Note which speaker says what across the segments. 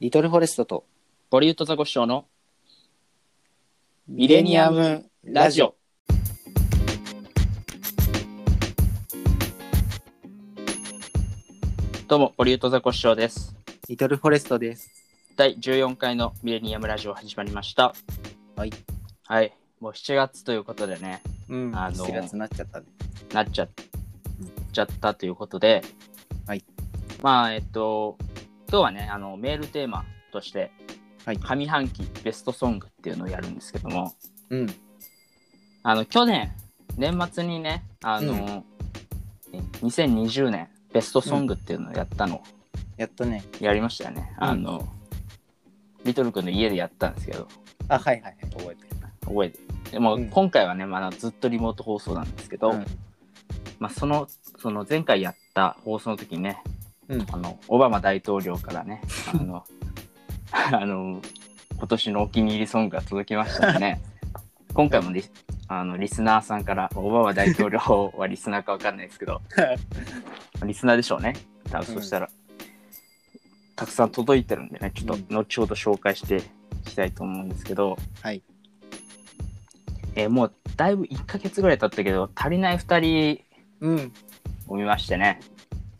Speaker 1: リトルフォレストと
Speaker 2: ボリュッドザコシショウのミレニアムラジオ。どうも、ボリュッドザコシショウです。
Speaker 1: リトルフォレストです
Speaker 2: 第14回のミレニアムラジオ始まりました。
Speaker 1: はい。
Speaker 2: はい。もう7月ということでね、
Speaker 1: うん
Speaker 2: あの
Speaker 1: 7月になっちゃったね
Speaker 2: なっちゃっちゃったということで、
Speaker 1: はい。
Speaker 2: まあ、えっと、今日はね、あのメールテーマとして、
Speaker 1: はい
Speaker 2: 上半期ベストソングっていうのをやるんですけども、
Speaker 1: うん
Speaker 2: あの去年年末にねあの、2020年ベストソングっていうのをやったの、
Speaker 1: やっとね
Speaker 2: やりましたよねあの、リトル君の家でやったんですけど
Speaker 1: あはいはいはい覚えてる
Speaker 2: 覚えてでも、
Speaker 1: うん
Speaker 2: 今回はね、まだずっとリモート放送なんですけど、
Speaker 1: うん
Speaker 2: まあ、そのその前回やった放送の時にね、
Speaker 1: うん
Speaker 2: あのオバマ大統領からねあの あの今年のお気に入りソングが届きましたんでね今回もリあのリスナーさんからオバマ大統領はリスナーかわかんないですけどリスナーでしょうね多分そしたら、たくさん届いてるんでねちょっと後ほど紹介していきたいと思うんですけど、
Speaker 1: はい
Speaker 2: えーもうだいぶ1ヶ月ぐらい経ったけど足りない2人
Speaker 1: うん
Speaker 2: を見ましてね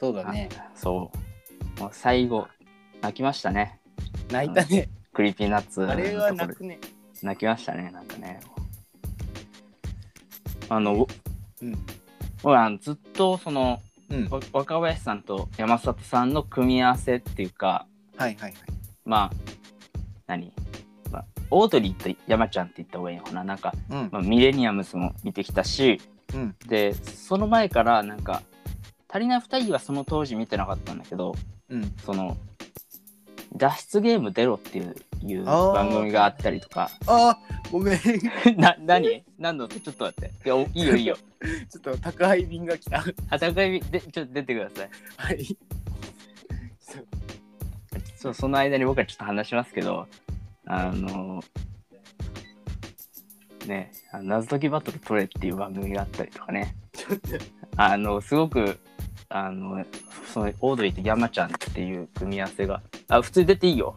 Speaker 1: そうだね
Speaker 2: そう。もう最後、泣きましたね。
Speaker 1: 泣いたね
Speaker 2: クリーピーナッツのと
Speaker 1: あ
Speaker 2: ころで。
Speaker 1: れは泣くね
Speaker 2: 泣きましたね、なんかね。あの、
Speaker 1: うん
Speaker 2: 僕はあのずっとその、
Speaker 1: うんは
Speaker 2: わ若林さんと山里さんの組み合わせっていうか、
Speaker 1: いはいはい
Speaker 2: まあ、何、まあ、オードリーと山ちゃんって言った方がいいのかな。なんか、
Speaker 1: うん
Speaker 2: まあ、ミレニアムスも見てきたし、
Speaker 1: うん
Speaker 2: で、その前から、なんか、足りない2人はその当時見てなかったんだけど、
Speaker 1: うん
Speaker 2: その脱出ゲーム出ろっていういう
Speaker 1: あー
Speaker 2: 番組があったりとか
Speaker 1: あーごめん ち
Speaker 2: な何何のちょっと待っていやおいい よいいよ
Speaker 1: ょっと宅配便が来た
Speaker 2: 戦いでちょっと出てください
Speaker 1: はいそう
Speaker 2: そうその間に僕はちょっと話しますけどあのねあの謎解きバトル取れっていう番組があったりとかね
Speaker 1: ちょっと
Speaker 2: あのすごくあのそのオードリーと山ちゃんっていう組み合わせがあ普通に出ていいよ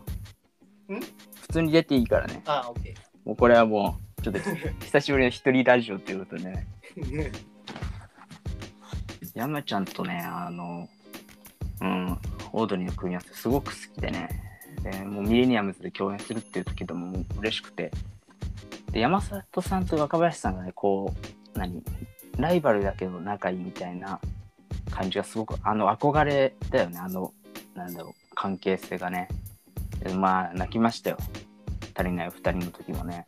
Speaker 1: ん
Speaker 2: 普通に出ていいからね
Speaker 1: あオッケ
Speaker 2: もうこれはもうちょっと久しぶりの一人ラジオっていうことでね
Speaker 1: ー
Speaker 2: 山ちゃんとねあのうんオードリーの組み合わせすごく好きでねでもうミレニアムズで共演するっていう時でももう嬉しくてで山里さんと若林さんがねこう何ライバルだけど仲いいみたいな感じがすごくあの憧れだよねあのなんだろう関係性がねでまあ泣きましたよ足りない2人の時もね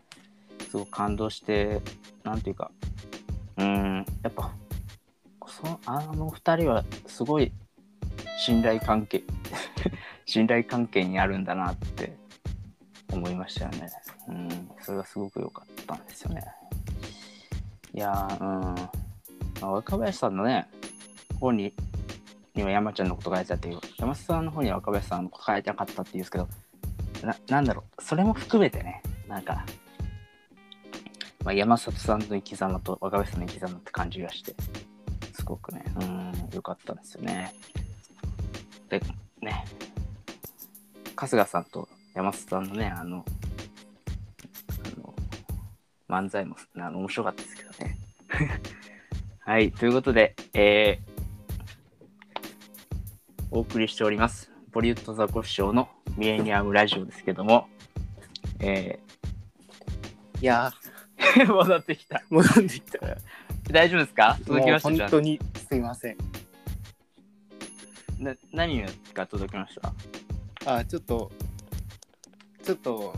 Speaker 2: すごく感動してなんていうかうんやっぱそあの二人はすごい信頼関係 信頼関係にあるんだなって思いましたよね。うん、それがすごく良かったんですよね。いやー、うんまあ、若林さんのね、方にには山ちゃんのこと書いてあっていう、山里さんの方には若林さんのこと書いてなかったっていうんですけど、ななんだろう、それも含めてね、なんか、まあ、山里さんの生き様と若林さんの生き様って感じがして、すごくね、うん、良かったんですよね。で、ね、春日さんと山里さんのね、あの、あの漫才もあの面白かったですけどね。 はい、ということで、えーお送りしております、ボリュッドザコシショウのミレニアムラジオですけども、え
Speaker 1: いや
Speaker 2: ー 戻ってきた。
Speaker 1: ー戻ってきた
Speaker 2: 大丈夫ですか
Speaker 1: も
Speaker 2: 届き
Speaker 1: う
Speaker 2: ました
Speaker 1: 本
Speaker 2: じゃ
Speaker 1: 当にすいません
Speaker 2: あな何が届きました
Speaker 1: あちょっとちょっと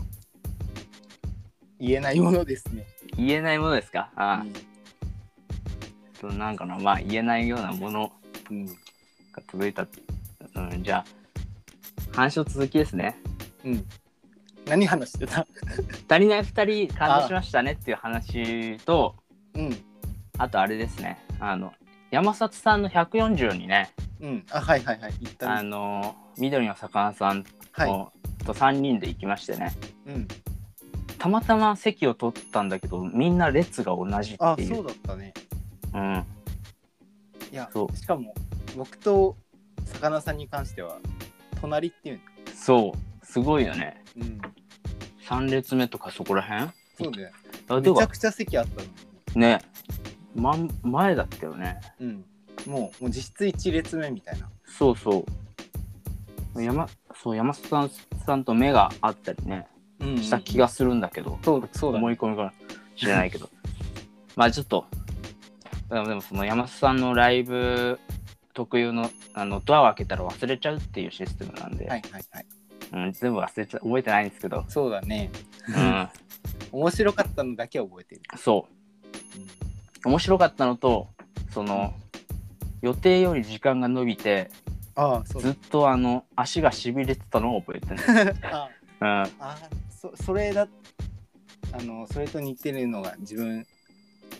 Speaker 1: 言えないものですね
Speaker 2: 言えないものですか
Speaker 1: う
Speaker 2: あ
Speaker 1: ん
Speaker 2: ー、となんかなまあ言えないようなもの
Speaker 1: うん
Speaker 2: が届いた、うん、じゃあ話の続きですね
Speaker 1: うん。何話してた
Speaker 2: 足りない2人感動しましたねっていう話と
Speaker 1: うん。
Speaker 2: あとあれですねあの山里さんの140にね、
Speaker 1: うん。あ、はいはいはい。言った
Speaker 2: あ
Speaker 1: ね。
Speaker 2: の緑の魚さんと,、
Speaker 1: は
Speaker 2: と3人で行きましてね
Speaker 1: い。うん。
Speaker 2: たまたま席を取ったんだけどみんな列が同じっ
Speaker 1: あ
Speaker 2: て、いう
Speaker 1: そうだったね。
Speaker 2: うん、
Speaker 1: いや
Speaker 2: そ、う
Speaker 1: しかも、僕と魚さんに関しては、隣っていう
Speaker 2: そうすごいよね。
Speaker 1: うん。
Speaker 2: 3列目とかそこら辺
Speaker 1: そうね。
Speaker 2: あで
Speaker 1: めちゃ
Speaker 2: は
Speaker 1: くちゃ席あったの。
Speaker 2: ね、ま、前だったよね。
Speaker 1: うん。もう、もう実質一列目みたいな。
Speaker 2: そうそう。山そう山里さんさんと目があったりね
Speaker 1: うん
Speaker 2: した気がするんだけど、
Speaker 1: そう、そうだ
Speaker 2: 思
Speaker 1: ね。
Speaker 2: い込みかもしれないけど まあちょっとでもでもその山里さんのライブ特有のあのドアを開けたら忘れちゃうっていうシステムなんで、
Speaker 1: はいはいはい。
Speaker 2: うん、全部忘れちゃ覚えてないんですけど、
Speaker 1: そうだね。
Speaker 2: うん、
Speaker 1: 面白かったのだけは覚えてる。
Speaker 2: そう面白かったのとその予定より時間が伸びて
Speaker 1: ああ、そう
Speaker 2: ずっとあの足がしびれてたのを覚えてる、
Speaker 1: あ
Speaker 2: うん、
Speaker 1: ああそそれだあのそれと似てるのが自分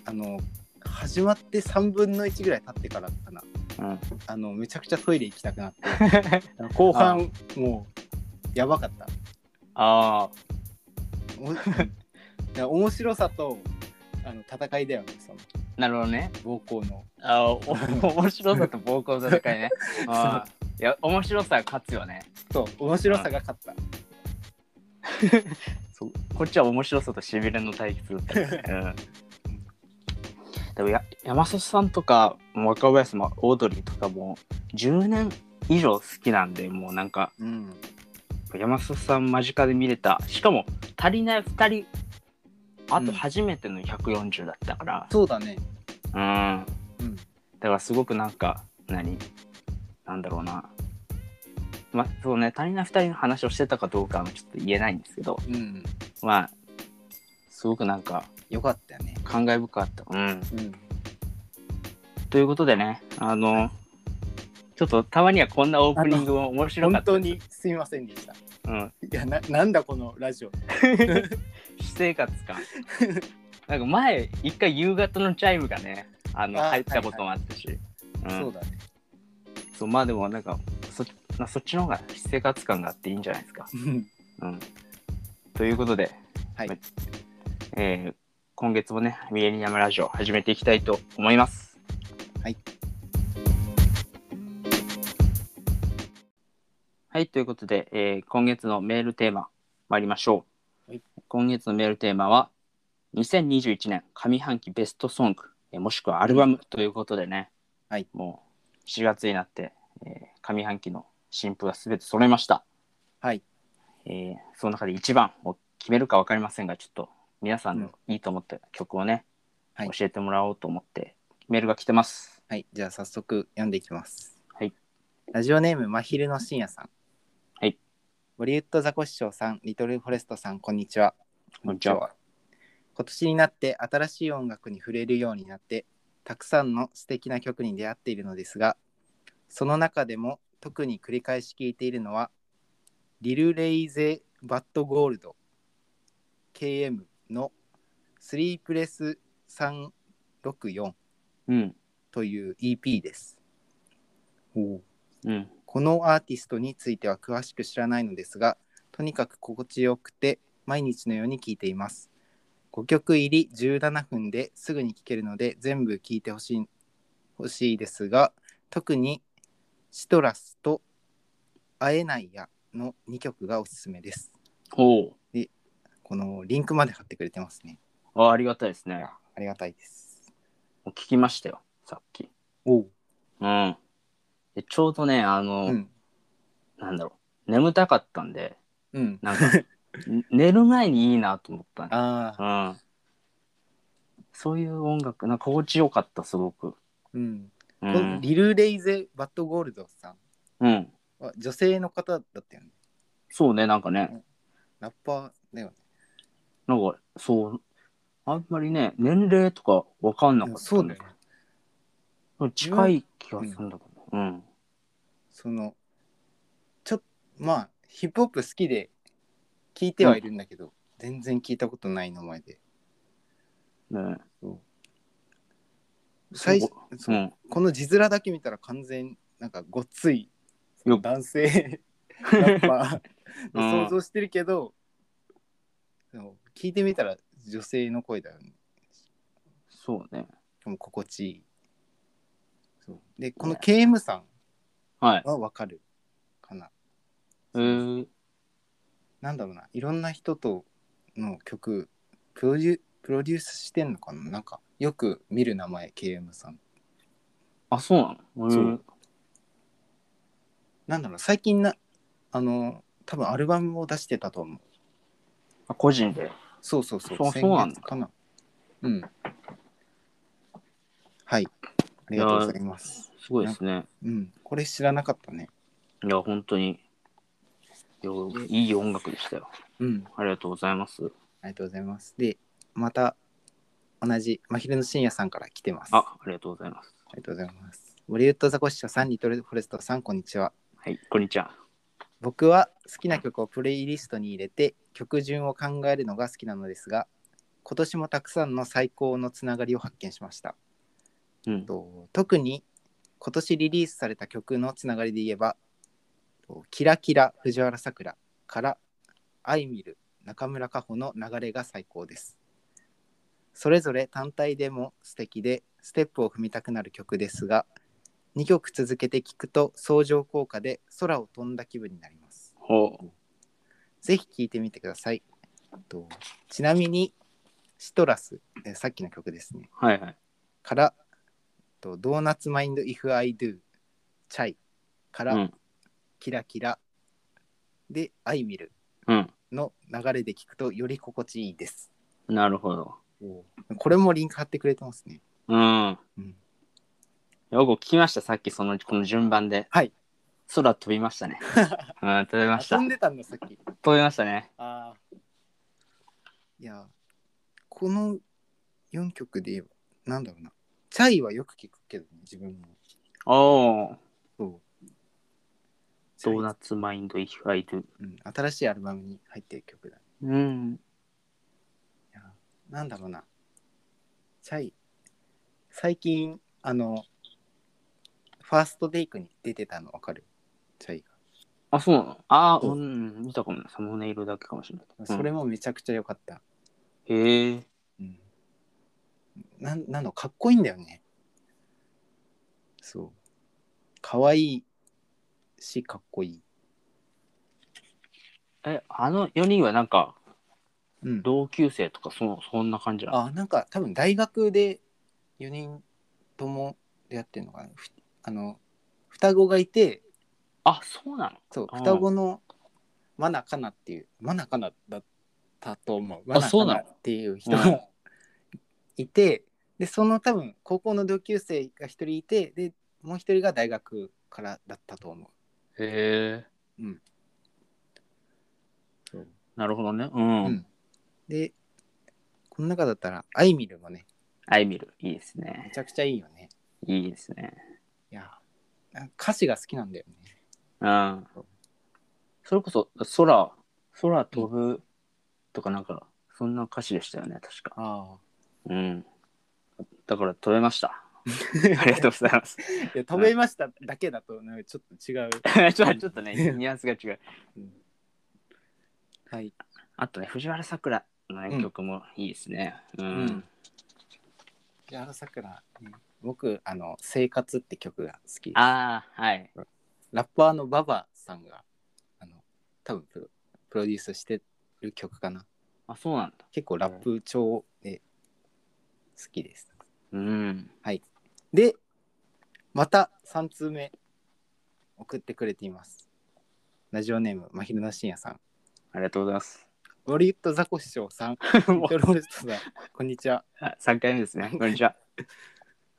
Speaker 1: あの始まって3分の1ぐらい経ってからかな
Speaker 2: うん、
Speaker 1: あのめちゃくちゃトイレ行きたくなって 後半もうやばかった
Speaker 2: あ
Speaker 1: おいや面白さとあの戦いだよねその
Speaker 2: あなるほどね
Speaker 1: 暴行の
Speaker 2: ああお 面白さと暴行の戦い ねああいや面白さが勝つよね
Speaker 1: そう面白さが勝った
Speaker 2: そうこっちは面白さとしびれの対決だ ったよね、うん、でもや山里さんとか若林もオードリーとかも10年以上好きなんでもうなんか
Speaker 1: うん
Speaker 2: 山里さん間近で見れたしかも足りない2人あ
Speaker 1: うん
Speaker 2: と初めての140だったから
Speaker 1: そうだね
Speaker 2: うん、
Speaker 1: うん
Speaker 2: だからすごくなんか何なんだろうなまあそうね足りない2人の話をしてたかどうかはちょっと言えないんですけど
Speaker 1: うん
Speaker 2: まあすごくなんか
Speaker 1: よかったよね
Speaker 2: 感慨深かったうん
Speaker 1: うん
Speaker 2: ということでねあのちょっとたまにはこんなオープニングも面白か
Speaker 1: 本
Speaker 2: った
Speaker 1: 当にすみませんでしたい
Speaker 2: うん、
Speaker 1: やななんだこのラジオ
Speaker 2: 私生活か なんか前一回夕方のチャイムがねあの
Speaker 1: あ
Speaker 2: 入ったこともあったし、うん
Speaker 1: そうだね
Speaker 2: そうまあでもなんかそなそっちの方が私生活感があっていいんじゃないですか、
Speaker 1: うん
Speaker 2: うん、ということで、
Speaker 1: はい
Speaker 2: えー今月もねミレニアムラジオ始めていきたいと思います
Speaker 1: はい
Speaker 2: はいということで、えー今月のメールテーマ参りましょう、
Speaker 1: はい
Speaker 2: 今月のメールテーマは2021年上半期ベストソングえーもしくはアルバムということでね、
Speaker 1: はい
Speaker 2: もう4月になって、えー上半期の新譜が全て揃いました
Speaker 1: はい
Speaker 2: えーその中で1番を決めるか分かりませんがちょっと皆さんのいいと思った曲をね、
Speaker 1: はい
Speaker 2: 教えてもらおうと思ってメールが来てます
Speaker 1: はい、じゃあ早速読んでいきます。
Speaker 2: はい。
Speaker 1: ラジオネーム、まひるのしんやさん。
Speaker 2: はい。
Speaker 1: ボリウッドザコシショウさん、リトルフォレストさん、こんにちは。
Speaker 2: こんにちは。
Speaker 1: 今年になって新しい音楽に触れるようになって、たくさんの素敵な曲に出会っているのですが、その中でも特に繰り返し聴いているのは、リル・レイゼ・バッド・ゴールド KM のスリープレス364
Speaker 2: うん
Speaker 1: という EP です。
Speaker 2: うん
Speaker 1: このアーティストについては詳しく知らないのですが、とにかく心地よくて毎日のように聴いています。5曲入り17分ですぐに聴けるので全部聴いてほしいほしいですが、特にシトラスと会えないやの2曲がおすすめです。
Speaker 2: お
Speaker 1: このリンクまで貼ってくれてますね。
Speaker 2: おあありがたいですね
Speaker 1: ありがたいです。
Speaker 2: もう聞きましたよさっき
Speaker 1: おう。
Speaker 2: うんでちょうどねあの、
Speaker 1: うん。
Speaker 2: なんだろう眠たかったんで
Speaker 1: うん。
Speaker 2: なんかん寝る前にいいなと思ったんで
Speaker 1: ああ。
Speaker 2: うんそういう音楽なんか心地よかったすごく
Speaker 1: うん。
Speaker 2: う
Speaker 1: この
Speaker 2: ん、
Speaker 1: リル・レイゼ・バッド・ゴールドさん。
Speaker 2: うん、
Speaker 1: あ女性の方だったよね。
Speaker 2: そうねなんかね、
Speaker 1: ラッパーだよね。
Speaker 2: なんか、そう、あんまりね、年齢とかわかんなかった、
Speaker 1: そうだよね。。
Speaker 2: 近い気がするんだけど。うん。
Speaker 1: その、ちょっまあ、ヒップホップ好きで聞いてはいるんだけど、全然聞いたことない名前で。
Speaker 2: ね
Speaker 1: 最
Speaker 2: そう
Speaker 1: 初、
Speaker 2: う。
Speaker 1: そうんこの字面だけ見たら完全、なんかごっつい
Speaker 2: よ
Speaker 1: 男 性ラッパー
Speaker 2: うん
Speaker 1: 想像してるけど、でも聞いてみたら女性の声だよね。
Speaker 2: そうね。
Speaker 1: でも心地いい。そうで、この KM さん
Speaker 2: はい。
Speaker 1: はわかるかな。
Speaker 2: えー、
Speaker 1: なんだろうないろんな人との曲プロデュプロデュースしてんのかななんかよく見る名前 KM さん
Speaker 2: あ、そうなの
Speaker 1: そう
Speaker 2: うん
Speaker 1: なんだろう最近なあの多分アルバムを出してたと思う
Speaker 2: あ個人で。
Speaker 1: そうそうそう
Speaker 2: そう
Speaker 1: 先
Speaker 2: そうなんだ
Speaker 1: 月かなうんはいありがとうございます
Speaker 2: すごいですね。
Speaker 1: うんこれ知らなかったね
Speaker 2: いや、本当に。いやいい音楽でしたよ。
Speaker 1: うん
Speaker 2: ありがとうございます。
Speaker 1: ありがとうございます。で、また同じ真昼の深夜さんから来てます。
Speaker 2: あ、
Speaker 1: あ
Speaker 2: ありがとうございます。
Speaker 1: りがとうございます。ボリウッドザコシショウさん、リトルフォレストさん、こんにちは。
Speaker 2: はい、こんにちは。
Speaker 1: 僕は好きな曲をプレイリストに入れて曲順を考えるのが好きなのですが、今年もたくさんの最高のつながりを発見しました。
Speaker 2: うん。
Speaker 1: と特に今年リリースされた曲のつながりで言えばと「キラキラ藤原さくら」から「アイミル中村佳穂」の流れが最高ですそれぞれ単体でも素敵でステップを踏みたくなる曲ですが2曲続けて聴くと相乗効果で空を飛んだ気分になります
Speaker 2: ほう。
Speaker 1: ぜひ聴いてみてくださいとちなみにシトラスえさっきの曲ですね
Speaker 2: はいはい。
Speaker 1: から、とドーナツマインド If I Do、チャイから、
Speaker 2: うん。
Speaker 1: キラキラで、アイミル
Speaker 2: うん。
Speaker 1: の流れで聞くとより心地いいです。
Speaker 2: なるほど。
Speaker 1: これもリンク貼ってくれてますね。
Speaker 2: うん。
Speaker 1: うん
Speaker 2: よく聞きました、さっきその、この順番で。
Speaker 1: はい。
Speaker 2: 空飛びまし たね。うん、飛びました。
Speaker 1: 遊ん
Speaker 2: 飛
Speaker 1: でたんだ、さっき。
Speaker 2: びましたね。
Speaker 1: ああ。いや、この4曲で言えば、なんだろうな。チャイはよく聞くけどね、自分も。
Speaker 2: おー。
Speaker 1: そう
Speaker 2: ドーナツマインドイフアイドゥ。
Speaker 1: うん、新しいアルバムに入ってる曲だ。
Speaker 2: うん。
Speaker 1: なんだろうな。チャイ。最近、あの、ファーストテイクに出てたのわかるチャイ
Speaker 2: あ、そうなのあー、
Speaker 1: そう
Speaker 2: うん。見たかもね。サムネイルだけかもしれない。
Speaker 1: が。それもめちゃくちゃ良かった。
Speaker 2: うんへえ。
Speaker 1: うん。なん、なんの、かっこいいんだよね。そう。かわいいし、かっこいい。
Speaker 2: え、あの4人はなんか、
Speaker 1: うん。
Speaker 2: 同級生とか、そそんな感じなの
Speaker 1: あ、なんか多分大学で4人ともでやってるのかな。ふあの、双子がいて、
Speaker 2: あ、そうなの
Speaker 1: そう、
Speaker 2: うん
Speaker 1: 双子のマナカナっていう、マナカナだったと思う。マ
Speaker 2: あ
Speaker 1: ナ
Speaker 2: そ
Speaker 1: カ
Speaker 2: うな
Speaker 1: ナ
Speaker 2: の
Speaker 1: っていう人がいて、で、その多分、高校の同級生が一人いて、で、もう一人が大学からだったと思
Speaker 2: へえ。
Speaker 1: う。
Speaker 2: なるほどね。うん。
Speaker 1: うんで、この中だったら、アイミルもね、
Speaker 2: アイミル。いいです
Speaker 1: め
Speaker 2: ね。
Speaker 1: ちゃくちゃいいよね。
Speaker 2: いいですね。
Speaker 1: いや、なんか歌詞が好きなんだよね。
Speaker 2: うん
Speaker 1: そう。
Speaker 2: それこそ、空、空飛ぶとかなんか、そんな歌詞でしたよね、確か。
Speaker 1: あ
Speaker 2: うん。だから飛べま した。ありがとうございます。
Speaker 1: あ。いや、飛べましただけだと、なんかちょっと違う。
Speaker 2: ちょちょっとね、ニュアンスが違う。
Speaker 1: はい。
Speaker 2: あとね、藤原さくらのね
Speaker 1: うん
Speaker 2: 曲もいいですね。う
Speaker 1: うん
Speaker 2: ん。
Speaker 1: じゃあ、さくら、僕、あの、生活って曲が好きです。
Speaker 2: ああ、はい。
Speaker 1: ラッパーのババさんが、あの、多分プロプロデュースしてる曲かな。
Speaker 2: あ、そうなんだ。
Speaker 1: 結構ラップ調で好きです。
Speaker 2: うん。
Speaker 1: で、また3通目送ってくれています。ラジオネーム、まひるのしんやさん。
Speaker 2: ありがとうござい ます。
Speaker 1: ボリウッドザコシショウさん。
Speaker 2: もう
Speaker 1: ヨロレストさん、こんにちは。
Speaker 2: あ3回目ですね。こんにちは。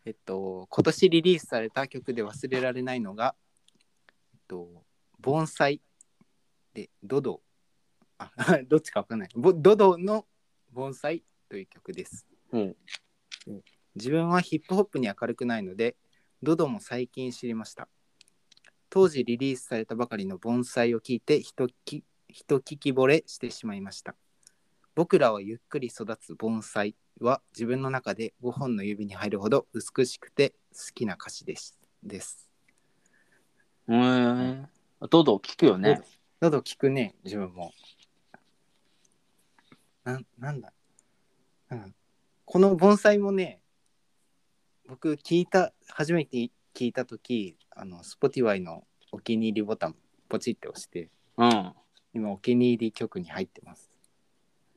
Speaker 1: えっと、今年リリースされた曲で忘れられないのが、えっと、盆栽で、ドド、あ、 どっちかわかんない。ぼドドの盆栽という曲です。
Speaker 2: うん。
Speaker 1: 自分はヒップホップに明るくないので、ドドも最近知りました。当時リリースされたばかりの盆栽を聞いてひとき、ひと聞き惚れしてしまいました。僕らはゆっくり育つ盆栽は自分の中で5本の指に入るほど美しくて好きな歌詞です。です。
Speaker 2: うーん。どうどう聞くよね。
Speaker 1: 喉聞くね、自分も。なんなんだ、うん、この盆栽もね、僕聞いた、初めて聞いたとき、あの、Spotify のお気に入りボタン、ポチって押して、
Speaker 2: うん。
Speaker 1: 今お気に入り曲に入ってます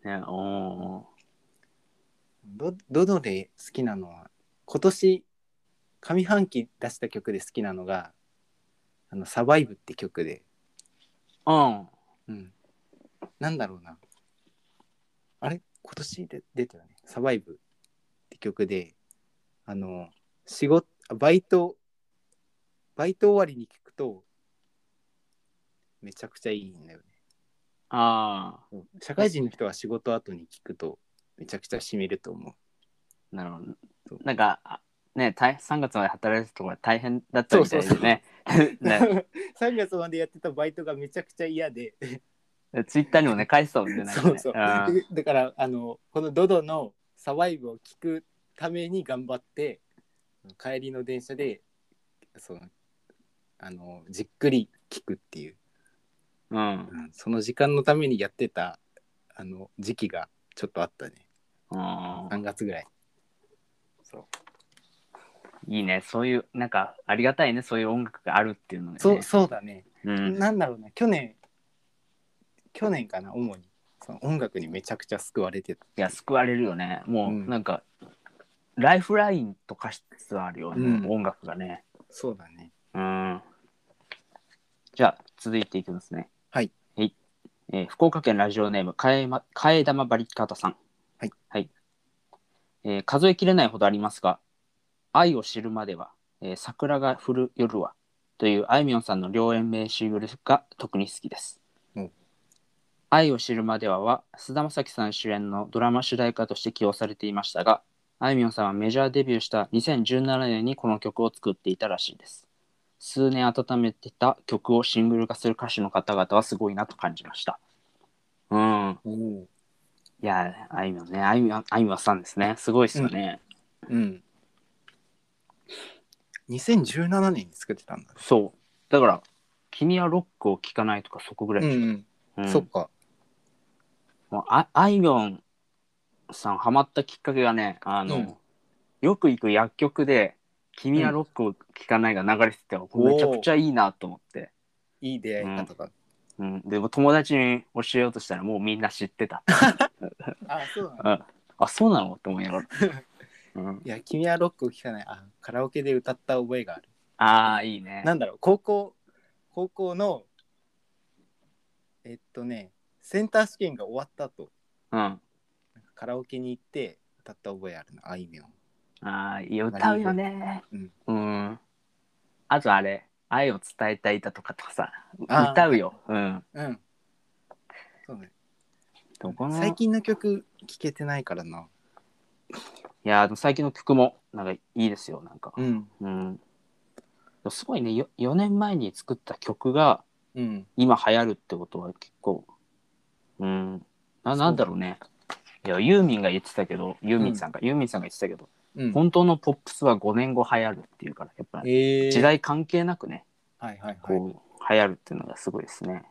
Speaker 2: ね、おー
Speaker 1: どどので好きなのは今年上半期出した曲で好きなのが「あのサバイブ」って曲で、
Speaker 2: おー。
Speaker 1: うん、なんだろうなあれ今年で出てたよね「サバイブ」って曲であの仕事バイトバイト終わりに聞くとめちゃくちゃいいんだよね
Speaker 2: あ
Speaker 1: うん社会人の人は仕事後に聞くとめちゃくちゃしみると思う
Speaker 2: あ、なるほど
Speaker 1: そう。
Speaker 2: なんか、あね、大3月まで働いてたところ大変だったみたいですね。ね
Speaker 1: 3月までやってたバイトがめちゃくちゃ嫌で
Speaker 2: ツイッターにも ね、返したもんね。なんかね
Speaker 1: そうそう
Speaker 2: あー
Speaker 1: でだからあのこのドドのサバイブを聞くために頑張って帰りの電車でそのあのじっくり聞くっていう、
Speaker 2: うん。
Speaker 1: うんその時間のためにやってたあの時期がちょっとあったね
Speaker 2: うん
Speaker 1: 3月ぐらいそう
Speaker 2: いいね。そういう、なんか、ありがたいね。そういう音楽があるっていうのがね。
Speaker 1: そうそうだね、
Speaker 2: うん。
Speaker 1: なんだろうな去年去年かな主にその音楽にめちゃくちゃ救われてた
Speaker 2: いや救われるよねも
Speaker 1: うん
Speaker 2: うなんか、ライフラインと化しつつあるよね、
Speaker 1: うん
Speaker 2: 音楽がね
Speaker 1: そうだね
Speaker 2: うんじゃあ続いていきますね
Speaker 1: はい、
Speaker 2: はいえー福岡県ラジオネームかえ,、ま、かえ玉バリカタさん
Speaker 1: はい、
Speaker 2: はいえー数えきれないほどありますが「愛を知るまでは、えー桜が降る夜は」というあいみょんさんの両演名シングルが特に好きです
Speaker 1: うん
Speaker 2: 愛を知るまではは菅田将暉さん主演のドラマ主題歌として起用されていましたがあいみょんさんはメジャーデビューした2017年にこの曲を作っていたらしいです数年温めてた曲をシングル化する歌手の方々はすごいなと感じましたうん
Speaker 1: お
Speaker 2: いやあいみょんねあいみょんあいみょんさんですねすごいですよね、
Speaker 1: うん2017年に作ってたんだ
Speaker 2: そうだから「君はロックを聴かない」とかそこぐらい、
Speaker 1: ん、
Speaker 2: うん
Speaker 1: そっか。
Speaker 2: もうああいみょんさんハマったきっかけがねあの、
Speaker 1: うん
Speaker 2: よく行く薬局で「君はロックを聴かない」が流れてて、これめちゃくちゃいいなと思って、
Speaker 1: いい出会い方だ。
Speaker 2: うん、でも友達に教えようとしたらもうみんな知って た
Speaker 1: あ、そうなの。
Speaker 2: うんあそうなのって思いな がら、うん
Speaker 1: いや、君はロックを聴かない。あ、カラオケで歌った覚えがある。
Speaker 2: ああいいね
Speaker 1: なんだろう、高校、高校の、えっとね、センター試験が終わった後、
Speaker 2: うん
Speaker 1: なんかカラオケに行って歌った覚えあるの、あいみょん。
Speaker 2: ああいい歌うよね
Speaker 1: うん
Speaker 2: うん、あとあれ「愛を伝えたいだ」とかとかさ
Speaker 1: あー
Speaker 2: 歌うようん
Speaker 1: うん。そうね。
Speaker 2: どこの
Speaker 1: 最近の曲聴けてないからな。
Speaker 2: いやーでも最近の曲もなんかいいですよなんか
Speaker 1: うん。
Speaker 2: うん、すごいねよ4年前に作った曲が
Speaker 1: うん。
Speaker 2: 今流行るってことは結構うんななんだろうねいやユーミンが言ってたけどユーミンさんが、ユーミンさんが言ってたけど
Speaker 1: うん、
Speaker 2: 本当のポップスは5年後流行るっていうからやっぱり
Speaker 1: えー、
Speaker 2: 時。代関係なくね、
Speaker 1: はいはいはい。
Speaker 2: こう流行るっていうのがすごいですね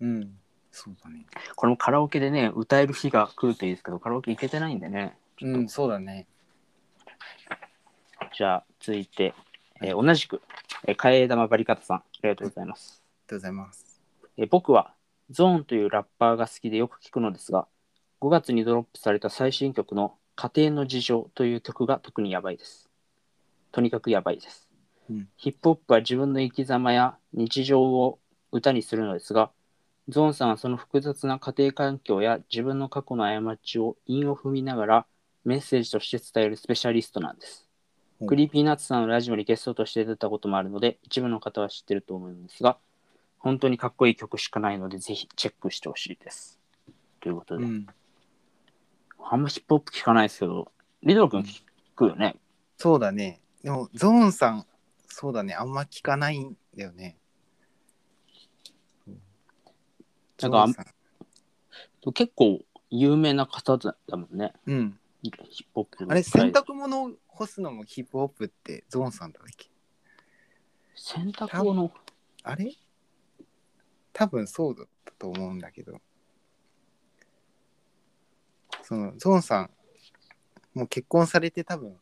Speaker 1: うん。そうだね。
Speaker 2: これもカラオケでね歌える日が来るといいですけどカラオケ行けてないんでねちょっ
Speaker 1: う
Speaker 2: と
Speaker 1: ん、そうだね。
Speaker 2: じゃあ続いて、えー同じく、えー、替え玉バリカタさんありがとうございます
Speaker 1: ありがとうございます。
Speaker 2: えー僕はゾーンというラッパーが好きでよく聞くのですが5月にドロップされた最新曲の「家庭の事情」という曲が特にやばいですとにかくやばいです、
Speaker 1: うん
Speaker 2: ヒップホップは自分の生き様や日常を歌にするのですがゾーンさんはその複雑な家庭環境や自分の過去の過ちを韻を踏みながらメッセージとして伝えるスペシャリストなんです
Speaker 1: うん
Speaker 2: クリーピーナッツさんのラジオにゲストとして出たこともあるので一部の方は知ってると思うんですが本当にかっこいい曲しかないので、ぜひチェックしてほしいです。ということで、
Speaker 1: うん。
Speaker 2: あんまヒップホップ聞かないですけど、リドル君
Speaker 1: うん
Speaker 2: 聞くよね。
Speaker 1: そうだね。でも、ゾーンさん、そうだね。あんま聞かないんだよね。
Speaker 2: なんかあん
Speaker 1: ゾーンさ
Speaker 2: 結構有名な方だもんね、
Speaker 1: んうん。
Speaker 2: ヒップホップの
Speaker 1: あれ、洗濯物を干すのもヒップホップってゾーンさんだっけ
Speaker 2: 洗濯物
Speaker 1: あれ多分そうだったと思うんだけど。その、ゾーンさん、もう結婚されて多分、
Speaker 2: う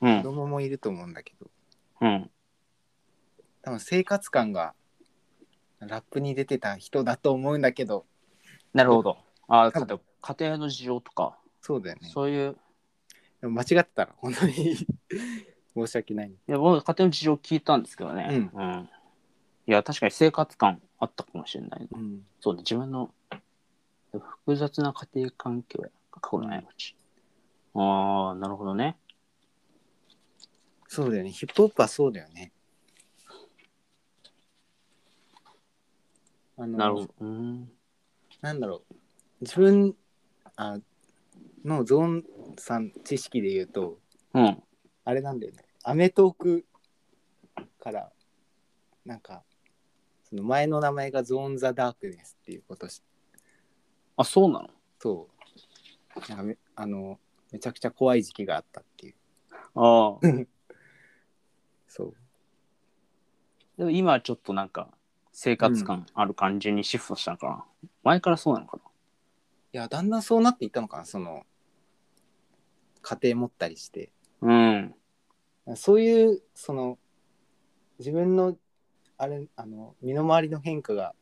Speaker 1: 子
Speaker 2: ん。
Speaker 1: 供もいると思うんだけど、
Speaker 2: うん。
Speaker 1: 多分生活感がラップに出てた人だと思うんだけど
Speaker 2: なるほど。ああ、
Speaker 1: 多分
Speaker 2: 家庭の事情とか、
Speaker 1: そうだよね
Speaker 2: そういう、
Speaker 1: でも間違ってたら本当に 申し訳ない
Speaker 2: いや僕、家庭の事情聞いたんですけどね。
Speaker 1: う
Speaker 2: うんいや、確かに生活感あったかもしれないな。
Speaker 1: うん
Speaker 2: そうね、自分の複雑な家庭環境や過去の過ち。ああ、なるほどね。
Speaker 1: そうだよねヒップホップはそうだよねあの
Speaker 2: なるほど。うん。
Speaker 1: なんだろう自分あのゾーンさん知識で言うと
Speaker 2: うん。
Speaker 1: あれなんだよね『アメトーク』からなんかその前の名前が「ゾーン・ザ・ダークネス」っていうことし
Speaker 2: あ、そうなの
Speaker 1: となんかめあのめちゃくちゃ怖い時期があったっていう
Speaker 2: ああ。
Speaker 1: そう
Speaker 2: でも今はちょっとなんか、生活感ある感じにシフトしたのかな。前からそうなのか
Speaker 1: いやだんだんそうなっていったのかなその家庭持ったりして
Speaker 2: な。うん。
Speaker 1: そういうその自分のあれあの身の回りの変化が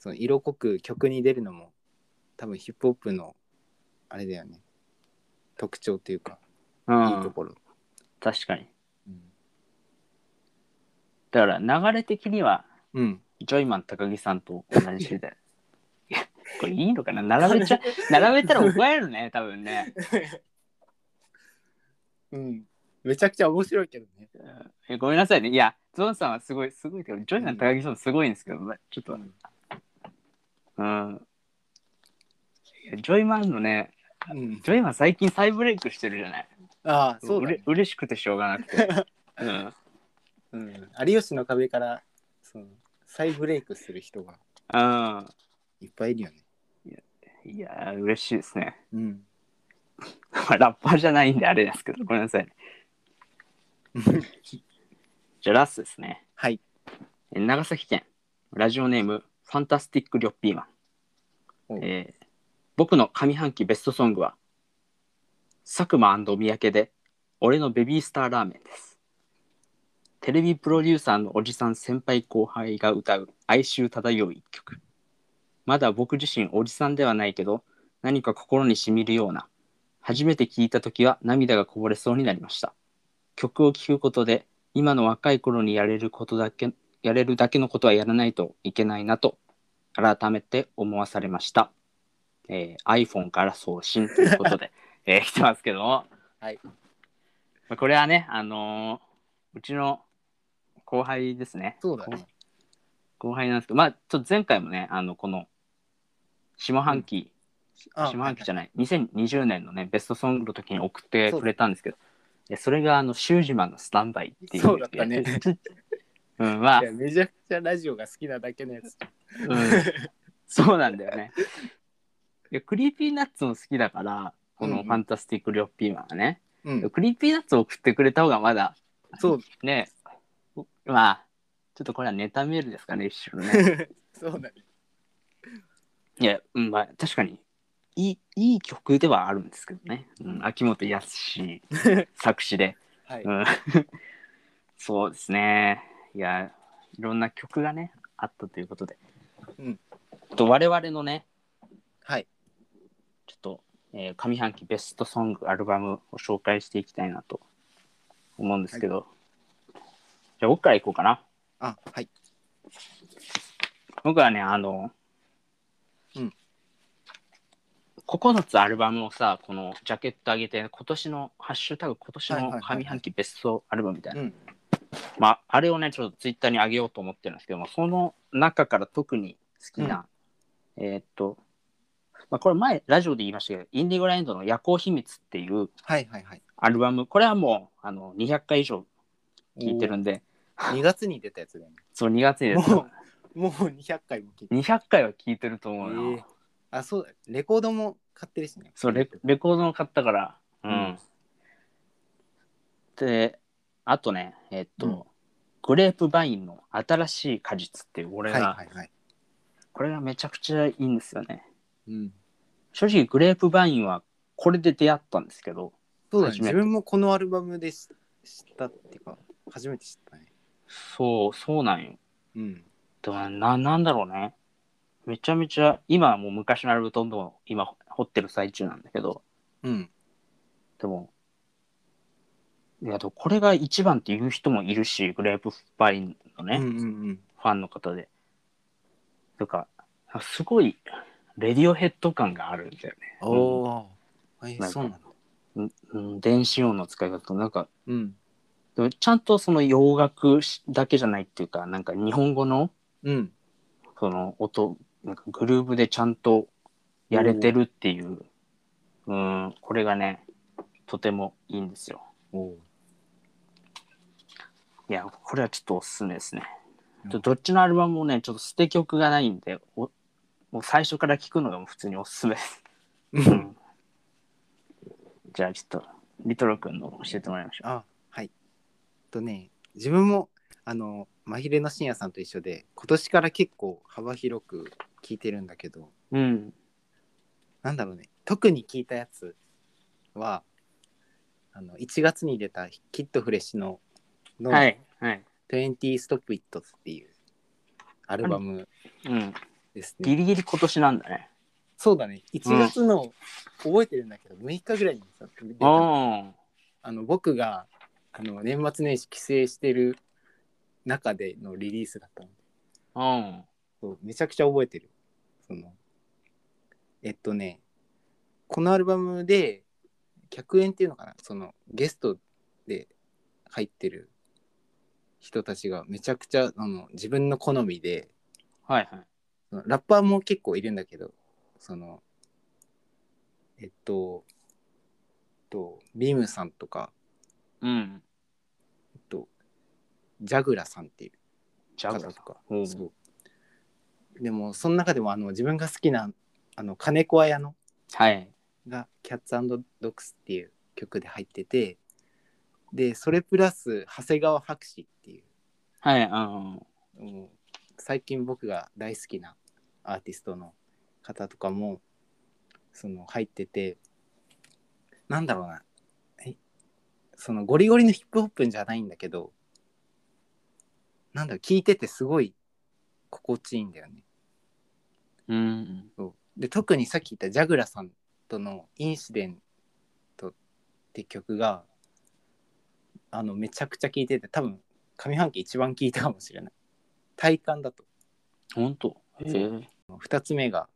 Speaker 1: その色濃く曲に出るのも多分ヒップホップのあれだよね特徴というか
Speaker 2: う
Speaker 1: い
Speaker 2: ん。
Speaker 1: いところ、
Speaker 2: 確かに。
Speaker 1: うん
Speaker 2: だから流れ的には、
Speaker 1: うん、
Speaker 2: ジョイマン高木さんと同じ 世代。これいいのかな並べちゃ、並べたら怒られるね、多分ね。
Speaker 1: うん、めちゃくちゃ面白いけどね、
Speaker 2: えごめんなさいね。いや、ゾンさんはすごい、すごいけど、ジョイマン高木さんもすごいんですけど、まちょっと、うん。いやジョイマンのね、
Speaker 1: うん、
Speaker 2: ジョイマン最近再ブレイクしてるじゃない。
Speaker 1: ああそうだ、ね
Speaker 2: れ嬉しくてしょうが なくて。うん。
Speaker 1: うん、有吉の壁からその再ブレイクする人が
Speaker 2: あ
Speaker 1: いっぱいいるよね、
Speaker 2: ーいやー、嬉しいですね。
Speaker 1: うん、
Speaker 2: まあラッパーじゃないんであれですけど、ごめんな さいね。じゃあラストですね。
Speaker 1: はい
Speaker 2: えー長崎県ラジオネームファンタスティック・リョッピーマ
Speaker 1: お
Speaker 2: ン、えー僕の上半期ベストソングは佐久間三宅で俺のベビースターラーメンですテレビプロデューサーのおじさん先輩後輩が歌う哀愁漂う一曲まだ僕自身おじさんではないけど何か心にしみるような初めて聴いた時は涙がこぼれそうになりました曲を聴くことで今の若い頃にやれることだけやれるだけのことはやらないといけないなと改めて思わされました、えー iPhone から送信ということ で、えー来てますけども、
Speaker 1: はい
Speaker 2: まあ、これはねあのーうちの後輩ですね
Speaker 1: そうだね
Speaker 2: 後輩なんですけどまあちょっと前回もねあのこの下半期、
Speaker 1: あ
Speaker 2: 下半期じゃない2020年のねベストソングの時に送ってくれたんですけどそそれがあのシュージマンのスタンバイっていう
Speaker 1: そうだったね
Speaker 2: うん まあ
Speaker 1: いやめちゃくちゃラジオが好きなだけのやつ。
Speaker 2: うんそうなんだよね。いやクリーピーナッツも好きだからこ
Speaker 1: うん
Speaker 2: の
Speaker 1: うん
Speaker 2: ファンタスティック・リョッピーマンはね、
Speaker 1: うん、
Speaker 2: クリーピーナッツを送ってくれた方がまだ
Speaker 1: そう、
Speaker 2: ねまあちょっとこれはネタメールですかね一種の ね
Speaker 1: そうだね。
Speaker 2: いや、うん、まあ確かにいいいい曲ではあるんですけどね、うん、秋元康作詞で、
Speaker 1: はい。
Speaker 2: うん、そうですねいやいろんな曲がねあったということで、
Speaker 1: うん
Speaker 2: と我々のね
Speaker 1: はい。
Speaker 2: ちょっと、えー上半期ベストソングアルバムを紹介していきたいなと思うんですけど、じゃあ僕からいこうかな
Speaker 1: あ、はい。
Speaker 2: 僕はねあの、
Speaker 1: うん
Speaker 2: 9つアルバムをさこのジャケット上げて今年のハッシュタグ今年
Speaker 1: はいはいは
Speaker 2: の
Speaker 1: いはい
Speaker 2: 上半期ベストアルバムみたいな、
Speaker 1: うん。
Speaker 2: まああれをねちょっとツイッターに上げようと思ってるんですけどもその中から特に好きな、えーっとまあ、これ前ラジオで言いましたけどインディゴラインドの「夜行秘密」っていう
Speaker 1: はいはいはい。
Speaker 2: アルバムこれはもうあの200回以上聴いてるんで
Speaker 1: 2月に出たやつだよね。
Speaker 2: そう2月にです
Speaker 1: もう、もう200回も聞いて。
Speaker 2: 200回は聴いてると思うよ、
Speaker 1: ええあ、そうだ。レコードも買ってるしね。
Speaker 2: そうレレコードも買ったからうん、
Speaker 1: うん
Speaker 2: であとねえっと、
Speaker 1: うん
Speaker 2: グレープバインの「新しい果実」っていう俺
Speaker 1: はい
Speaker 2: が、
Speaker 1: はいはい。
Speaker 2: これがめちゃくちゃいいんですよね
Speaker 1: うん。
Speaker 2: 正直グレープバインはこれで出会ったんですけど
Speaker 1: そうだね。
Speaker 2: 初め
Speaker 1: 自
Speaker 2: て
Speaker 1: 分もこのアルバムでし知ったっていうか、初めて知ったね。
Speaker 2: そうそうなんよ
Speaker 1: うん。
Speaker 2: でもな、なんだろうね。めちゃめちゃ、今はもう昔のアルバムどんどん今掘ってる最中なんだけど、
Speaker 1: うん。
Speaker 2: でも、いや、でもこれが一番っていう人もいるし、グレープパインのね、
Speaker 1: うんう
Speaker 2: フ
Speaker 1: んうん。
Speaker 2: ァンの方で。とか、すごい、レディオヘッド感があるんだよ
Speaker 1: おおー。えー
Speaker 2: なんか
Speaker 1: そうなんだ。
Speaker 2: ね。うんうん、電子音の使い方と、なんか、
Speaker 1: うん。
Speaker 2: でもちゃんとその洋楽しだけじゃないっていうか、なんか日本語の
Speaker 1: うん。
Speaker 2: その音、なんかグルーブでちゃんとやれてるっていう、うん、これがね、とてもいいんですよ。
Speaker 1: おお。
Speaker 2: いや、これはちょっとおすすめですね。ちょどっちのアルバムもね、ちょっと捨て曲がないんで、おもう最初から聞くのがもう普通におすすめです。うんじゃあちょっと、リトロ君の教えてもらいましょう。
Speaker 1: あはい。とね自分もあの真昼の深夜さんと一緒で今年から結構幅広く聞いてるんだけど
Speaker 2: うん。
Speaker 1: なんだろうね特に聞いたやつはあの1月に出たキットフレッシュの「の
Speaker 2: はい。はい。
Speaker 1: 20 Stop It」っていうアルバム
Speaker 2: うん。
Speaker 1: ですね。
Speaker 2: ギリギリ今年なんだね。
Speaker 1: そうだね1月の覚えてるんだけど6日ぐらいにさ出たの
Speaker 2: あ
Speaker 1: あの僕があの年末年始帰省してる中でのリリースだったの。
Speaker 2: あ。うん。
Speaker 1: そうめちゃくちゃ覚えてる。そのえっとね、このアルバムで、客演っていうのかな、そのゲストで入ってる人たちがめちゃくちゃあの自分の好みで、
Speaker 2: はいはい。
Speaker 1: そのラッパーも結構いるんだけど、その、えっと、えっとビームさんとか、
Speaker 2: うん。
Speaker 1: えっと、ジャグラさんっていう
Speaker 2: ジャグ
Speaker 1: 方
Speaker 2: ラ
Speaker 1: とか
Speaker 2: うん
Speaker 1: そうでもその中でもあの自分が好きなあの金子綾乃
Speaker 2: はい。
Speaker 1: が「キャッツドックス」っていう曲で入っててでそれプラス長谷川博士ってい
Speaker 2: はい。うん。
Speaker 1: うもう最近僕が大好きなアーティストの方とかもその入っててなんだろうなえそのゴリゴリのヒップホップじゃないんだけどなんだろう聞いててすごい心地いいんだよね。
Speaker 2: うん。
Speaker 1: そうで特にさっき言ったジャグラさんとの「インシデント」って曲があのめちゃくちゃ聴いてて多分上半期一番聴いたかもしれない体感だと
Speaker 2: ほんと。へえ。
Speaker 1: 2つ目が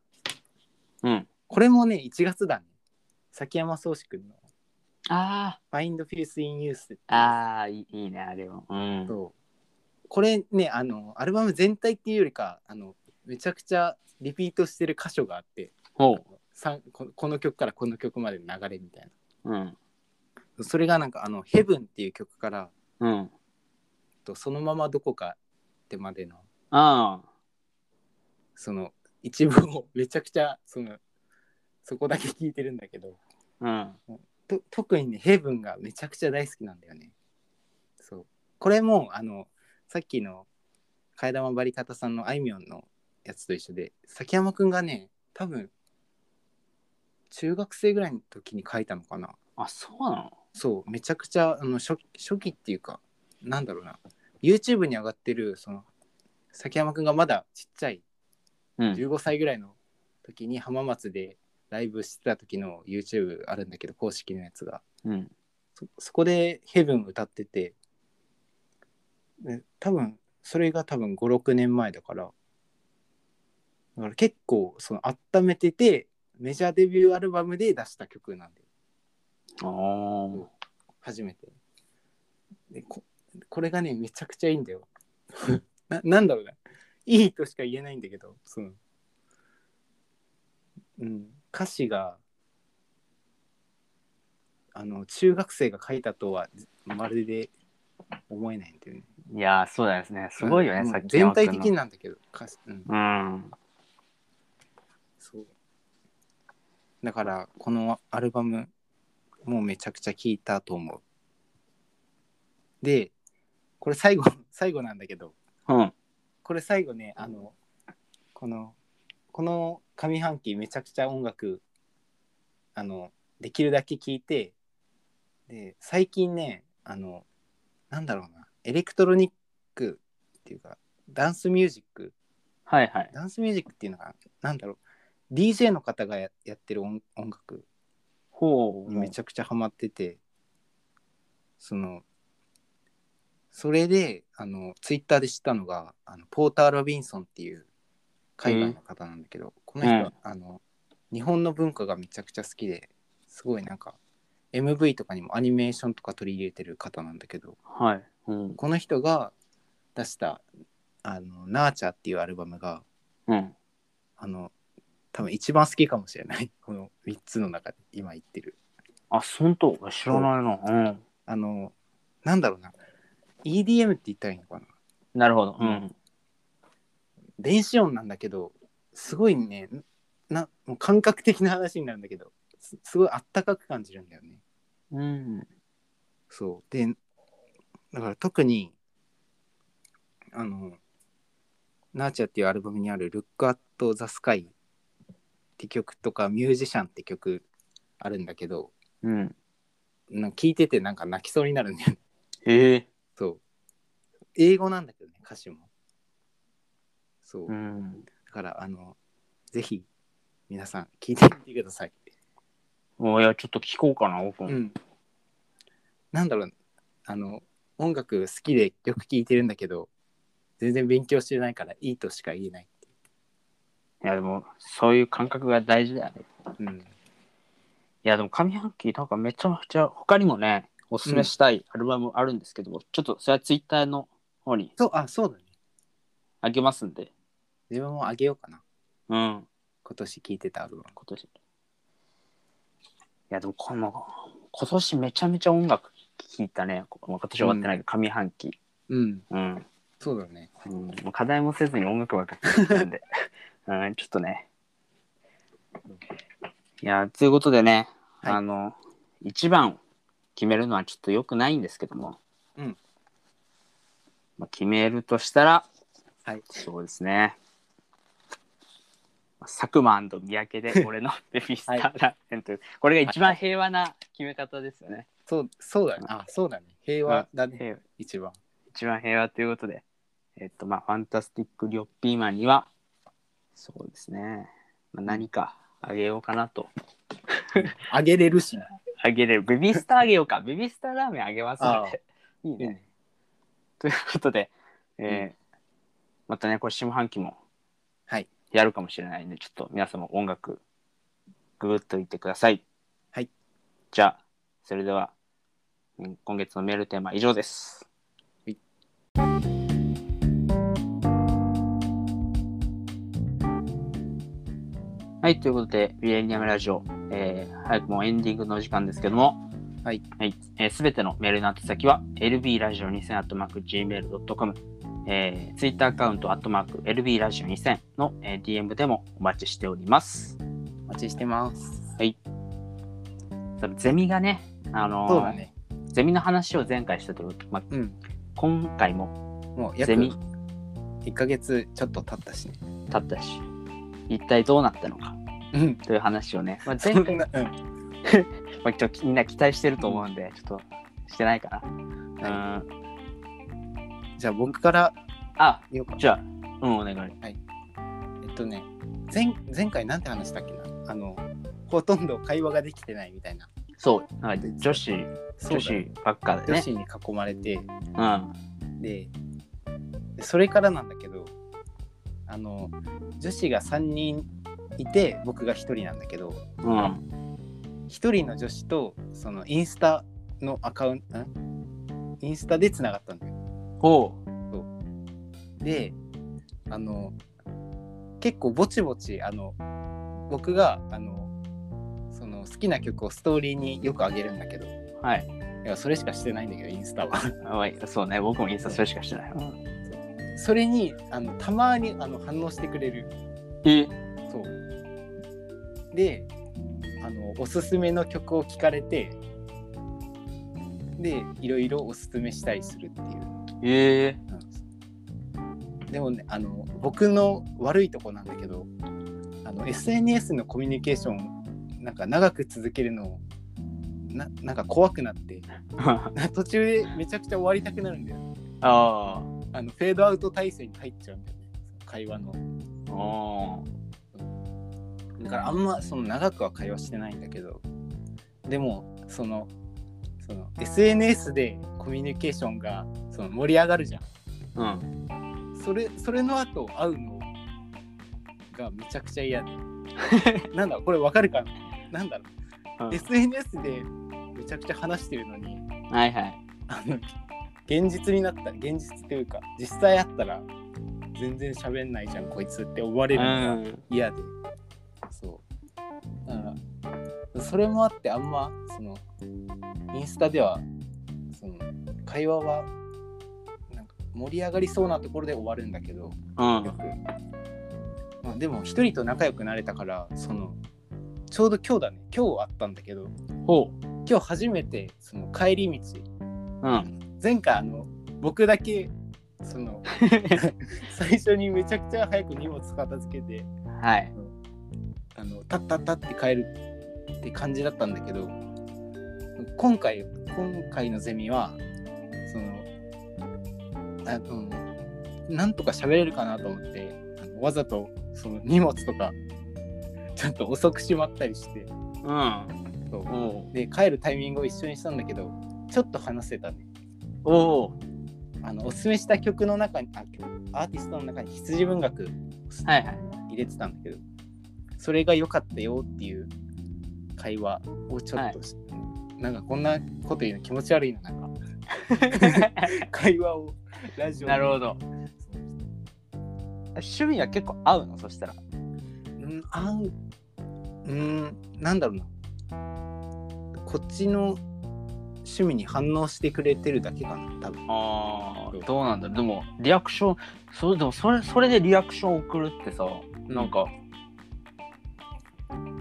Speaker 2: うん。
Speaker 1: これもね1月だね崎山壮志くんの
Speaker 2: あ
Speaker 1: 「Find Fuse in Youth っていう」
Speaker 2: あ。ああ、いいいね、あれは。うん。
Speaker 1: そうこれねあのアルバム全体っていうよりかあのめちゃくちゃリピートしてる箇所があって
Speaker 2: ほ
Speaker 1: さんここの曲からこの曲までの流れみたいな。
Speaker 2: う。うん。
Speaker 1: それがなんかあの「ヘブン」っていう曲から
Speaker 2: うん。
Speaker 1: とそのままどこかってまでの
Speaker 2: ああ。
Speaker 1: その一部をめちゃくちゃそのそこだけ聞いてるんだけど
Speaker 2: うん。
Speaker 1: と特にね「ヘブン」がめちゃくちゃ大好きなんだよね。そうこれもあのさっきの替え玉バリカタさんのあいみょんのやつと一緒で崎山くんがね多分中学生ぐらいの時に書いたのかな
Speaker 2: あ、そうなの
Speaker 1: そう、めちゃくちゃあの初初期っていうか、なんだろうな、YouTube に上がってる、その、崎山くんがまだちっちゃい、
Speaker 2: うん。
Speaker 1: 15歳ぐらいの時に浜松でライブしてた時の YouTube あるんだけど、公式のやつが。
Speaker 2: うん。
Speaker 1: そそこでヘブン歌ってて、で多分、それが多分5、6年前だから、だから結構、その、温めてて、メジャーデビューアルバムで出した曲なんで。
Speaker 2: ああ。
Speaker 1: 初めてでここれがねめちゃくちゃいいんだよ ななんだろうないいとしか言えないんだけどその、うん、歌詞があの中学生が書いたとはまるで思えないんだよね
Speaker 2: いやー、そうだですね。すごいよ
Speaker 1: う
Speaker 2: ね、
Speaker 1: ん
Speaker 2: さっき。
Speaker 1: 全体的に。なんだけど歌詞、うん、
Speaker 2: うん。
Speaker 1: そうだからこのアルバムもうめちゃくちゃ聴いたと思うでこれ最後 最後なんだけど
Speaker 2: うん。
Speaker 1: これ最後ねあのこのこの上半期めちゃくちゃ音楽あのできるだけ聴いてで最近ねあのなんだろうなエレクトロニックっていうかダンスミュージック
Speaker 2: はいはい。
Speaker 1: ダンスミュージックっていうのがなんだろう DJ の方がややってる音音楽
Speaker 2: ほう。
Speaker 1: にめちゃくちゃハマっててそのそれであのツイッターで知ったのがあのポーター・ロビンソンっていう海外の方なんだけど、この人、
Speaker 2: うん
Speaker 1: あの日本の文化がめちゃくちゃ好きですごいなんか MV とかにもアニメーションとか取り入れてる方なんだけど
Speaker 2: はい。うん。
Speaker 1: この人が出した「あのナーチャー」っていうアルバムが
Speaker 2: うん。
Speaker 1: あの多分一番好きかもしれない この3つの中で今言ってる
Speaker 2: あ、そんと知らないな。うん。
Speaker 1: あのなんだろうな EDM って言ったらいいのかな
Speaker 2: なるほど。う。
Speaker 1: うん電子音なんだけどすごいねなもう感覚的な話になるんだけどすすごいあったかく感じるんだよね
Speaker 2: うん。
Speaker 1: そうでだから特にあの「ナーチャー」っていうアルバムにある「Look at the Sky」って曲とか「ミュージシャン」って曲あるんだけど
Speaker 2: うん。
Speaker 1: なんか聞いててなんか泣きそうになるんだよね
Speaker 2: へえ。
Speaker 1: そう英語なんだけどね歌詞もそう
Speaker 2: うん。
Speaker 1: だからあのぜひ皆さん聞いてみてください
Speaker 2: おいや、ちょっと聞こうかな、僕
Speaker 1: う
Speaker 2: も。
Speaker 1: ん、なんだろうあの音楽好きでよく聴いてるんだけど全然勉強してないからいいとしか言えない、
Speaker 2: いや、でも、そういう感覚が大事だよね。
Speaker 1: うん、
Speaker 2: いや、でも、上半期、なんかめちゃくちゃ、他にもね、おすすめしたいアルバムあるんですけども、ちょっと、それはツイッターの方に
Speaker 1: そうあそうだね
Speaker 2: あげますんで。
Speaker 1: 自分もあげようかな
Speaker 2: うん。
Speaker 1: 今年聴いてたアルバム
Speaker 2: 今年。いや、でも、この、今年めちゃめちゃ音楽聴いたね。こ今年終わってないけど、上半期。
Speaker 1: うん
Speaker 2: うん。
Speaker 1: そうだね
Speaker 2: うん、もう課題もせずに音楽ばっかりやってるんで、 うん、ちょっとね。いや、ということでね、
Speaker 1: はい
Speaker 2: あの、一番を決めるのはちょっと良くないんですけども、
Speaker 1: うん
Speaker 2: まあ、決めるとしたら、
Speaker 1: はい
Speaker 2: そうですね、まあ佐久間三宅 で俺のベビースターラーメンという、これが一番平和な決め方ですよね。
Speaker 1: そうそうだねあそうだね平和だね
Speaker 2: 平和
Speaker 1: 一番
Speaker 2: 一番平和ということで、えっと、まあ、ファンタスティック・リョッピーマンには、そうですね、まあ、何かあげようかなと。
Speaker 1: あげれるしな
Speaker 2: あげれる。ベビースターあげようか。ベビースターラーメンあげますので。 いい
Speaker 1: いい
Speaker 2: ね
Speaker 1: ね。
Speaker 2: ということで、えー
Speaker 1: う
Speaker 2: またね、これ、下半期も
Speaker 1: はい
Speaker 2: やるかもしれないんで、ちょっと皆様音楽、ググっといてください。
Speaker 1: はい。
Speaker 2: じゃあ、それでは、うん今月のメールテーマは以上です。
Speaker 1: はい
Speaker 2: はい、ということで、ビエリアムラジオ、えー早くもエンディングのお時間ですけども、
Speaker 1: はい。
Speaker 2: はい。えーす、べ、てのメールの宛先は、lb ラジオ2000 gmail.com、えー、ツイッターアカウント、アットマーク、lb ラジオ2000の、えー DM でもお待ちしております。
Speaker 1: お待ちしてます
Speaker 2: さあゼミがね、あのー
Speaker 1: そうだね
Speaker 2: ゼミの話を前回したということ、まあ、
Speaker 1: うん
Speaker 2: 今回も
Speaker 1: もう約
Speaker 2: ゼミ
Speaker 1: 1ヶ月ちょっと経ったしね
Speaker 2: 経ったし、一体どうなったのか
Speaker 1: うん
Speaker 2: という話をね、まあ、前
Speaker 1: そ
Speaker 2: 回
Speaker 1: んなうん
Speaker 2: まあ、ちょっとみんな期待してると思うんで、ちょっとしてないかな。うん。
Speaker 1: じゃあ僕から
Speaker 2: あ、
Speaker 1: 言おうか
Speaker 2: じゃあ、うん、お願い。
Speaker 1: えっとね前前回なんて話したっけなあのほとんど会話ができてないみたいな
Speaker 2: そう、なんか女子、女
Speaker 1: そうだね
Speaker 2: 子ばっかで
Speaker 1: 女
Speaker 2: ね
Speaker 1: 子。に囲まれて
Speaker 2: うん。
Speaker 1: ででそれからなんだけどあの女子が3人いて僕が1人なんだけど
Speaker 2: うん。
Speaker 1: 1人の女子とそのインスタのアカウントインスタでつながったんだよ
Speaker 2: ほ
Speaker 1: であの結構ぼちぼちあの僕があのその好きな曲をストーリーによくあげるんだけど
Speaker 2: う。はい。
Speaker 1: いやそれしかしてないんだけどインスタは
Speaker 2: おいそうね、僕もインスタそれしかしてない。うん
Speaker 1: それにあのたまにあの反応してくれる
Speaker 2: え、
Speaker 1: そうであのおすすめの曲を聞かれてでいろいろおすすめしたりするっていう
Speaker 2: え
Speaker 1: でもねあの僕の悪いとこなんだけどあの SNS のコミュニケーションなんか長く続けるのななんか怖くなって
Speaker 2: ー。あ
Speaker 1: 途中でめちゃくちゃ終わりたくなるんだよ
Speaker 2: あー。
Speaker 1: あのフェードアウト体制に入っちゃうんだよね会話の
Speaker 2: あ
Speaker 1: だからあんまその長くは会話してないんだけどでもそのその SNS でコミュニケーションがその盛り上がるじゃん
Speaker 2: あ。うん。
Speaker 1: それそれの後会うのがめちゃくちゃ 嫌でなんだこれわかるかななんだろう、
Speaker 2: うん
Speaker 1: SNS でめちゃくちゃ話してるのに
Speaker 2: はいはい。
Speaker 1: あの現実になった現実というか実際会ったら全然喋んないじゃんこいつって思われるのが
Speaker 2: うん。
Speaker 1: 嫌でそうだからそれもあってあんまそのインスタではその会話はなんか盛り上がりそうなところで終わるんだけど
Speaker 2: うん
Speaker 1: よ。く、まあ、でも一人と仲良くなれたからそのちょうど今日だね今日あったんだけど
Speaker 2: ほ
Speaker 1: 今日初めてその帰り道
Speaker 2: う。うん。
Speaker 1: 前回あの僕だけその最初にめちゃくちゃ早く荷物片付けて
Speaker 2: はい。
Speaker 1: あのタッタッタって帰るって感じだったんだけど今回今回のゼミはそのあのなんとか喋れるかなと思ってあのわざとその荷物とかちょっと遅くしまったりして
Speaker 2: うん。
Speaker 1: そう
Speaker 2: おう。
Speaker 1: で帰るタイミングを一緒にしたんだけどちょっと話せたね
Speaker 2: おう。
Speaker 1: あのおすすめした曲の中にあ曲アーティストの中に羊文学
Speaker 2: はいはい。
Speaker 1: 入れてたんだけどそれが良かったよっていう会話をちょっとし、なんかこんなこと言うの気持ち悪いなな んか会話をラジオで
Speaker 2: なるほど。趣味は結構合うのそしたら。
Speaker 1: うん合ううんなんだろうなこっちの趣味に反応してくれてるだけかな多分
Speaker 2: あ
Speaker 1: ー
Speaker 2: どうなんだろう。でも、リアクション、そう、でもそれ、それでリアクション送るってさ、なんか、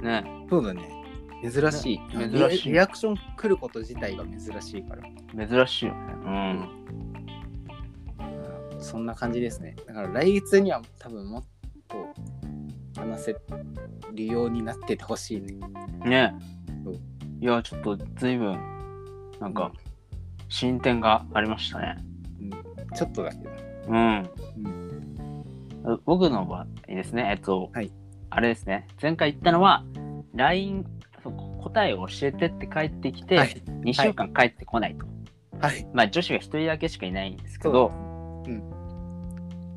Speaker 2: ね
Speaker 1: そうだね珍しい
Speaker 2: ね
Speaker 1: リア
Speaker 2: 珍しい
Speaker 1: リアクション来ること自体が珍しいから
Speaker 2: 珍しいよね。うん。
Speaker 1: そんな感じですね。だから来月には多分もっと話せるようになっててほしいね。
Speaker 2: ね
Speaker 1: そう
Speaker 2: いや、ちょっと随分、なんか、進展がありましたね。
Speaker 1: ちょっとだけど。
Speaker 2: うん。僕の場合ですね、えっと、
Speaker 1: はい
Speaker 2: あれですね、前回言ったのは、LINE、そう答えを教えてって帰ってきて、
Speaker 1: はい
Speaker 2: 2週間帰ってこないと。
Speaker 1: はい。
Speaker 2: まあ、女子が1人だけしかいないんですけ
Speaker 1: そう
Speaker 2: ど、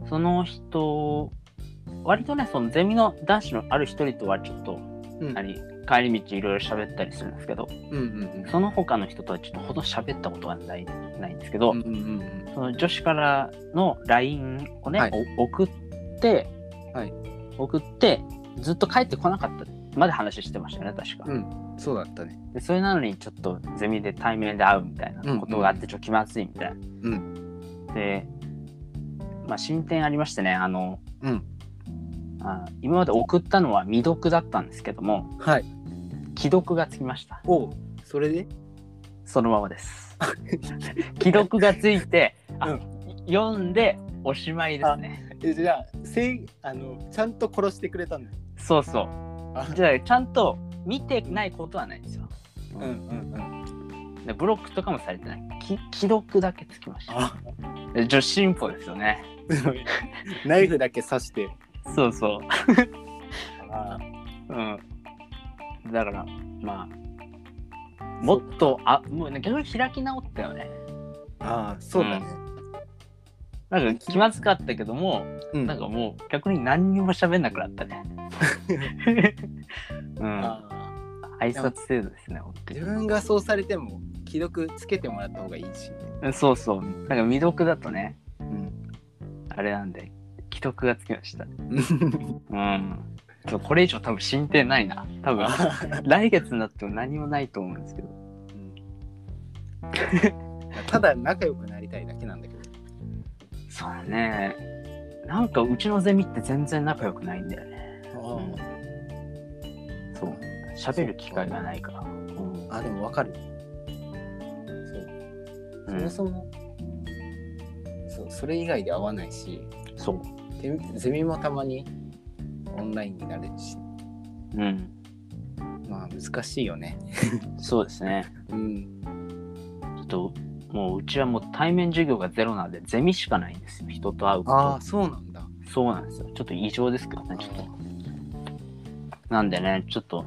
Speaker 2: その人、割とね、そのゼミの男子のある一人とはちょっと、
Speaker 1: うん
Speaker 2: 何帰り道いろいろ喋ったりするんですけど、
Speaker 1: うんうん
Speaker 2: その他の人とはちょっとほとんど喋ったことがないないんですけど、
Speaker 1: うん。うんうんうん
Speaker 2: その女子からの LINE をね、
Speaker 1: はい
Speaker 2: お送って、
Speaker 1: はい
Speaker 2: 送ってずっと帰ってこなかったまで話してましたよね確か、
Speaker 1: うん。そうだったね。
Speaker 2: でそれなのにちょっとゼミで対面で会うみたいなことがあってちょっと気まずいみたい
Speaker 1: う
Speaker 2: な、
Speaker 1: ん。
Speaker 2: で、まあ、進展ありましてねあの
Speaker 1: うん。
Speaker 2: あ今まで送ったのは未読だったんですけども
Speaker 1: はい。
Speaker 2: 既読がつきました
Speaker 1: おうそれで
Speaker 2: そのままです 既読がついてあ、
Speaker 1: うん
Speaker 2: 読んでおしまいですね
Speaker 1: えじゃあ、せいあのちゃんと殺してくれたんだよ。
Speaker 2: そうそう
Speaker 1: あ
Speaker 2: じゃあちゃんと見てないことはないんですよ。
Speaker 1: うんうんうん。
Speaker 2: でブロックとかもされてない。き既読だけつきました。
Speaker 1: あ
Speaker 2: で女子進歩ですよね。
Speaker 1: すごい ナイフだけ刺して。
Speaker 2: そうそ
Speaker 1: あ
Speaker 2: う。うん。だからまあもっとあもうね逆に開き直ったよね。
Speaker 1: あー、そうだね。
Speaker 2: なんか気まずかったけども、
Speaker 1: うん
Speaker 2: なんかもう逆に何にも喋んなくな ったね。うん。
Speaker 1: あ
Speaker 2: 挨拶制度ですね。本当
Speaker 1: ー
Speaker 2: に
Speaker 1: 自分がそうされても、既読つけてもらった方がいい し、ね。
Speaker 2: うんそうそう。なんか未読だとね、
Speaker 1: うん。
Speaker 2: あれなんで既読がつきました。
Speaker 1: うん
Speaker 2: うん。そうこれ以上多分進展ないな。多分来月になっても何もないと思うんですけど。
Speaker 1: ただ仲良くなりたいだけなんだけど。
Speaker 2: そうだね。なんかうちのゼミって全然仲良くないんだよね。そう。喋る機会がないから。うん
Speaker 1: あ、でもわかる。そう。そもそも、そう、それ以外で会わないし、
Speaker 2: そう。
Speaker 1: ゼミゼミもたまにオンラインになれるし、
Speaker 2: うん。
Speaker 1: まあ難しいよね。
Speaker 2: そうですね。
Speaker 1: うん。
Speaker 2: ちょっともううちはもう対面授業がゼロなんでゼミしかないんですよ人と会うこ
Speaker 1: ああ
Speaker 2: と
Speaker 1: そうなんだ
Speaker 2: そうなんですよちょっと異常ですけどねちょっとなんでねちょっと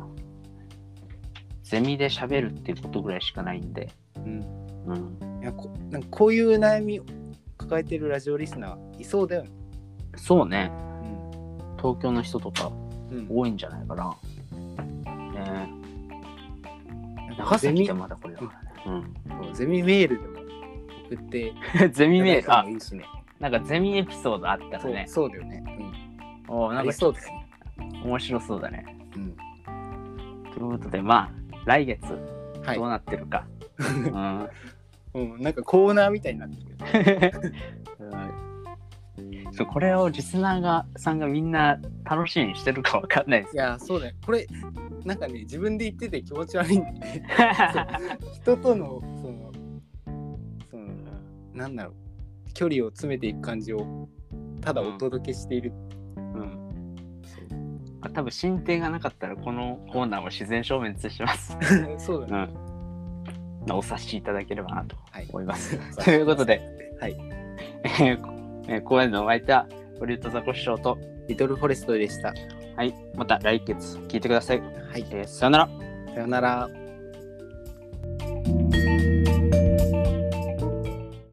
Speaker 2: ゼミで喋るっていうことぐらいしかないんで
Speaker 1: うん
Speaker 2: うん
Speaker 1: いやこなんかこういう悩みを抱えてるラジオリスナーいそうだよね
Speaker 2: そうね
Speaker 1: うん
Speaker 2: 東京の人とか
Speaker 1: うん
Speaker 2: 多いんじゃないかなねえ
Speaker 1: なん
Speaker 2: 長
Speaker 1: かゼ
Speaker 2: 崎っ
Speaker 1: ミ
Speaker 2: てまだこれだからねうん
Speaker 1: ゼミメールでも送ってい
Speaker 2: ゼミメール、
Speaker 1: ただい
Speaker 2: あ
Speaker 1: ても、いいしね
Speaker 2: なんかゼミエピソードあったら
Speaker 1: そう
Speaker 2: ね。
Speaker 1: そうだよね、うん、
Speaker 2: おーな
Speaker 1: あ
Speaker 2: ん
Speaker 1: り
Speaker 2: か
Speaker 1: そうですね、
Speaker 2: 面白そうだね。
Speaker 1: うん、
Speaker 2: ということで、まあ、来月
Speaker 1: は
Speaker 2: どう
Speaker 1: い、
Speaker 2: なってるか。うん
Speaker 1: うん、なんかコーナーみたいになってるけど
Speaker 2: そうこれをリスナーがさんがみんな楽しみにしてるかわかんないです
Speaker 1: いやそうだよこれなんかね自分で言ってて気持ち悪いんだよね人とのそのそのなんだろう距離を詰めていく感じをただお届けしている、
Speaker 2: うんまあ多分進展がなかったらこのコーナーも自然消滅し ます。
Speaker 1: そうだ
Speaker 2: う
Speaker 1: ね、
Speaker 2: ん、お察しいただければなと
Speaker 1: はい
Speaker 2: 思います。ということで、
Speaker 1: はい
Speaker 2: えーこえー公演のお相手は堀内とザコシショウと
Speaker 1: リトルフォレストでした
Speaker 2: はい、また来月聞いてください。
Speaker 1: はい
Speaker 2: えーさよなら。
Speaker 1: さよなら